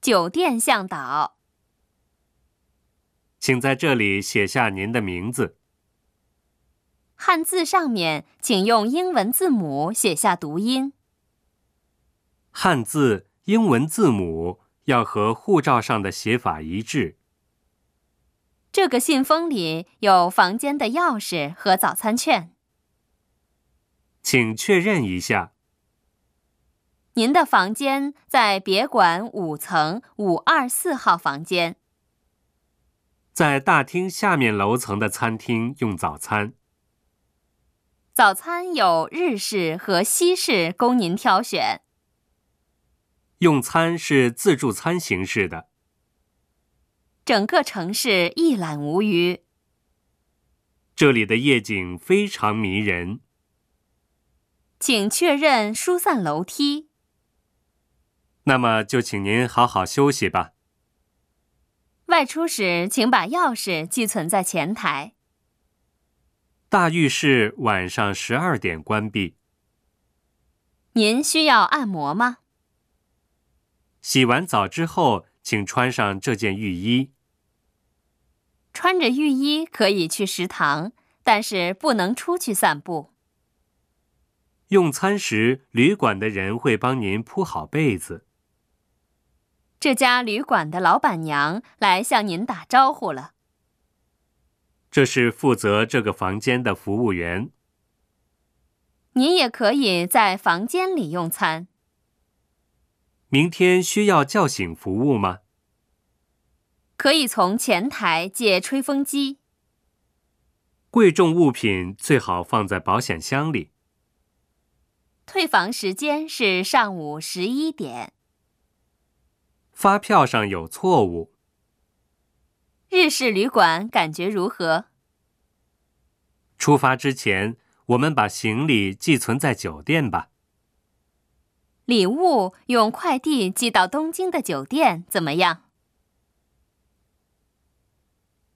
酒店向导。请在这里写下您的名字。汉字上面请用英文字母写下读音。汉字、英文字母要和护照上的写法一致。这个信封里有房间的钥匙和早餐券。请确认一下，您的房间在别馆五层五二四号房间。在大厅下面楼层的餐厅用早餐。早餐有日式和西式供您挑选。用餐是自助餐形式的。整个城市一览无余。这里的夜景非常迷人。请确认疏散楼梯。那么就请您好好休息吧。外出时，请把钥匙寄存在前台。大浴室晚上十二点关闭。您需要按摩吗？洗完澡之后，请穿上这件浴衣。穿着浴衣可以去食堂，但是不能出去散步。用餐时，旅馆的人会帮您铺好被子。这家旅馆的老板娘来向您打招呼了。这是负责这个房间的服务员。您也可以在房间里用餐。明天需要叫醒服务吗？可以从前台借吹风机。贵重物品最好放在保险箱里。退房时间是上午十一点。发票上有错误。日式旅馆感觉如何？出发之前，我们把行李寄存在酒店吧。礼物用快递寄到东京的酒店怎么样？